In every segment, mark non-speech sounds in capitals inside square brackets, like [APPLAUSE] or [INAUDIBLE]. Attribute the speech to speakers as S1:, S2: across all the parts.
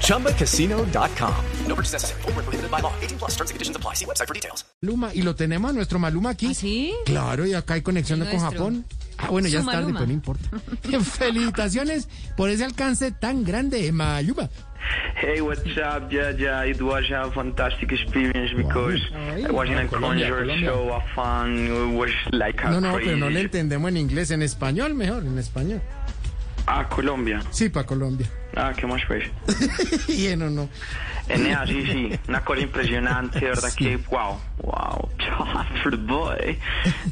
S1: ChumbaCasino.com. No purchase necessary. Void where prohibited by law. 18 plus terms and conditions apply. See website for details.
S2: Maluma, y lo tenemos a nuestro Maluma aquí.
S3: ¿Ah, sí?
S2: Claro, y acá hay conexión
S3: El
S2: con
S3: nuestro.
S2: Japón. Ah, bueno, ya
S3: Su
S2: es tarde,
S3: Maluma.
S2: pero no importa.
S3: [LAUGHS]
S2: [LAUGHS] Felicitaciones por ese alcance tan grande, Maluma.
S4: Hey, what's up? Yeah, yeah, it was a fantastic experience because
S2: Ay,
S4: I was in a
S2: Colombia,
S4: concert,
S2: Colombia.
S4: so a fan was like a
S2: No, no,
S4: crazy.
S2: pero no le entendemos en inglés, en español mejor, en español.
S4: Ah, Colombia.
S2: Sí, para Colombia. [LAUGHS]
S4: Ah, qué más pues.
S2: y no, no.
S4: Eh, nea, sí, sí, una cosa impresionante, de verdad que wow, wow, [LAUGHS] boy.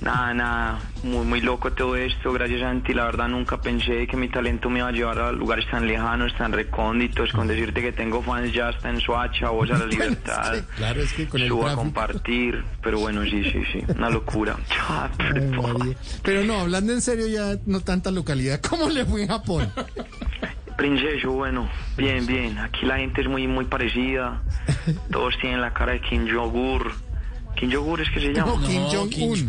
S4: Nada, nada, muy, muy loco todo esto, gracias a ti, la verdad nunca pensé que mi talento me iba a llevar a lugares tan lejanos, tan recónditos, con decirte que tengo fans ya hasta en Soacha,
S2: [LAUGHS]
S4: Voz a la Libertad.
S2: que, claro, es que con el
S4: Subo a
S2: tráfico.
S4: compartir, pero bueno, sí, sí, sí,
S2: [LAUGHS]
S4: una locura.
S2: Ay, María. Pero no, hablando en serio, ya no tanta localidad. [LAUGHS] ¿Cómo le fue en [LAUGHS] Japón?
S4: Princeso, bueno, bien, bien. Aquí la gente es muy,
S2: [LAUGHS]
S4: muy parecida. Todos tienen la cara de Kim Jong-un. Kim Jong-un es que se llama.
S2: No, Kim Jong-un.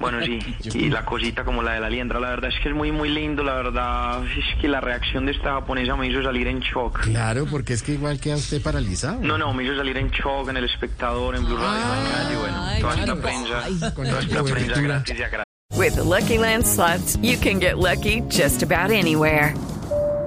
S4: Bueno,
S2: [LAUGHS]
S4: sí, y la cosita como la de la liendra, la verdad es que es muy, muy lindo, la verdad es que la reacción de esta japonesa me hizo salir en shock.
S2: Claro, porque es que igual queda usted paralizado.
S4: No, no, me hizo salir en shock en el espectador, en Blue Radio, en la calle, bueno,
S3: Ay,
S4: toda
S3: claro.
S4: esta prensa,
S2: Con
S4: toda
S2: la
S4: esta prensa
S2: cobertura.
S4: gratis y agra-
S5: With the Lucky Land slots, you can get lucky just about anywhere.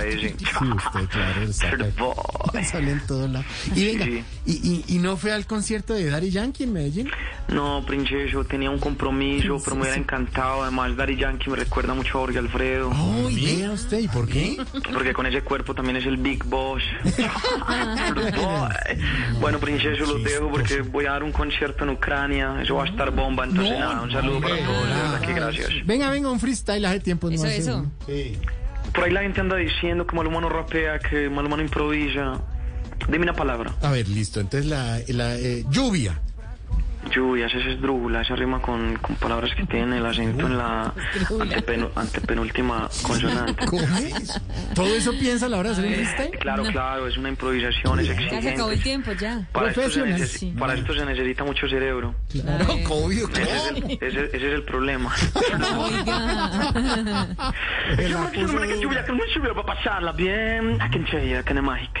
S4: Sí,
S2: Sí, usted, claro, está
S4: Third boy.
S2: Sale en todo lado. Y venga,
S4: Sí.
S2: y, y- y no fue al concierto de Daddy Yankee en Medellín?
S4: No, Princeso, tenía un compromiso, pero me hubiera encantado. Además, Daddy Yankee me recuerda mucho a Jorge Alfredo,
S3: Ah,
S2: Uy, vea usted, ¿y por qué?
S4: porque con ese cuerpo también es el
S3: [LAUGHS]
S4: Big Boss. [LAUGHS] Third boy. bueno, Princeso, los dejo porque voy a dar un concierto en Ucrania. Eso va a
S3: Ah,
S4: estar bomba. Entonces, nada, un saludo para todos. De verdad que gracias.
S2: [LAUGHS] Venga, venga, un freestyle hace tiempo.
S3: Eso,
S2: no hace,
S3: eso.
S2: ¿no? Sí.
S4: Por ahí la gente anda diciendo que Maluma no rapea, que Maluma no improvisa. Dime una palabra.
S2: A ver, listo. Entonces, la, la, eh, lluvia.
S4: Lluvia, esa es drúgula, esa rima con, con palabras que tienen el acento en la antepenu- antepenúltima
S3: [LAUGHS]
S2: [LAUGHS]
S4: consonante.
S2: ¿Cómo es? ¿Todo eso piensa a la hora de hacer un freestyle?
S4: Claro, claro, es una improvisación, es
S3: Ya
S4: exigente.
S3: se acabó el tiempo, ya.
S4: Para esto, se
S2: Profesional.
S4: necesi-
S3: Sí.
S4: para esto se necesita mucho cerebro.
S2: Claro, obvio.
S4: Ese es el, ese- ese es el [LAUGHS] problema.
S3: Oiga.
S2: la
S4: Yo me quiero una que
S2: [LAUGHS]
S4: lluvia, que no es lluvia para pasarla bien. Ah, A quien sea, que no es [LAUGHS] mágica.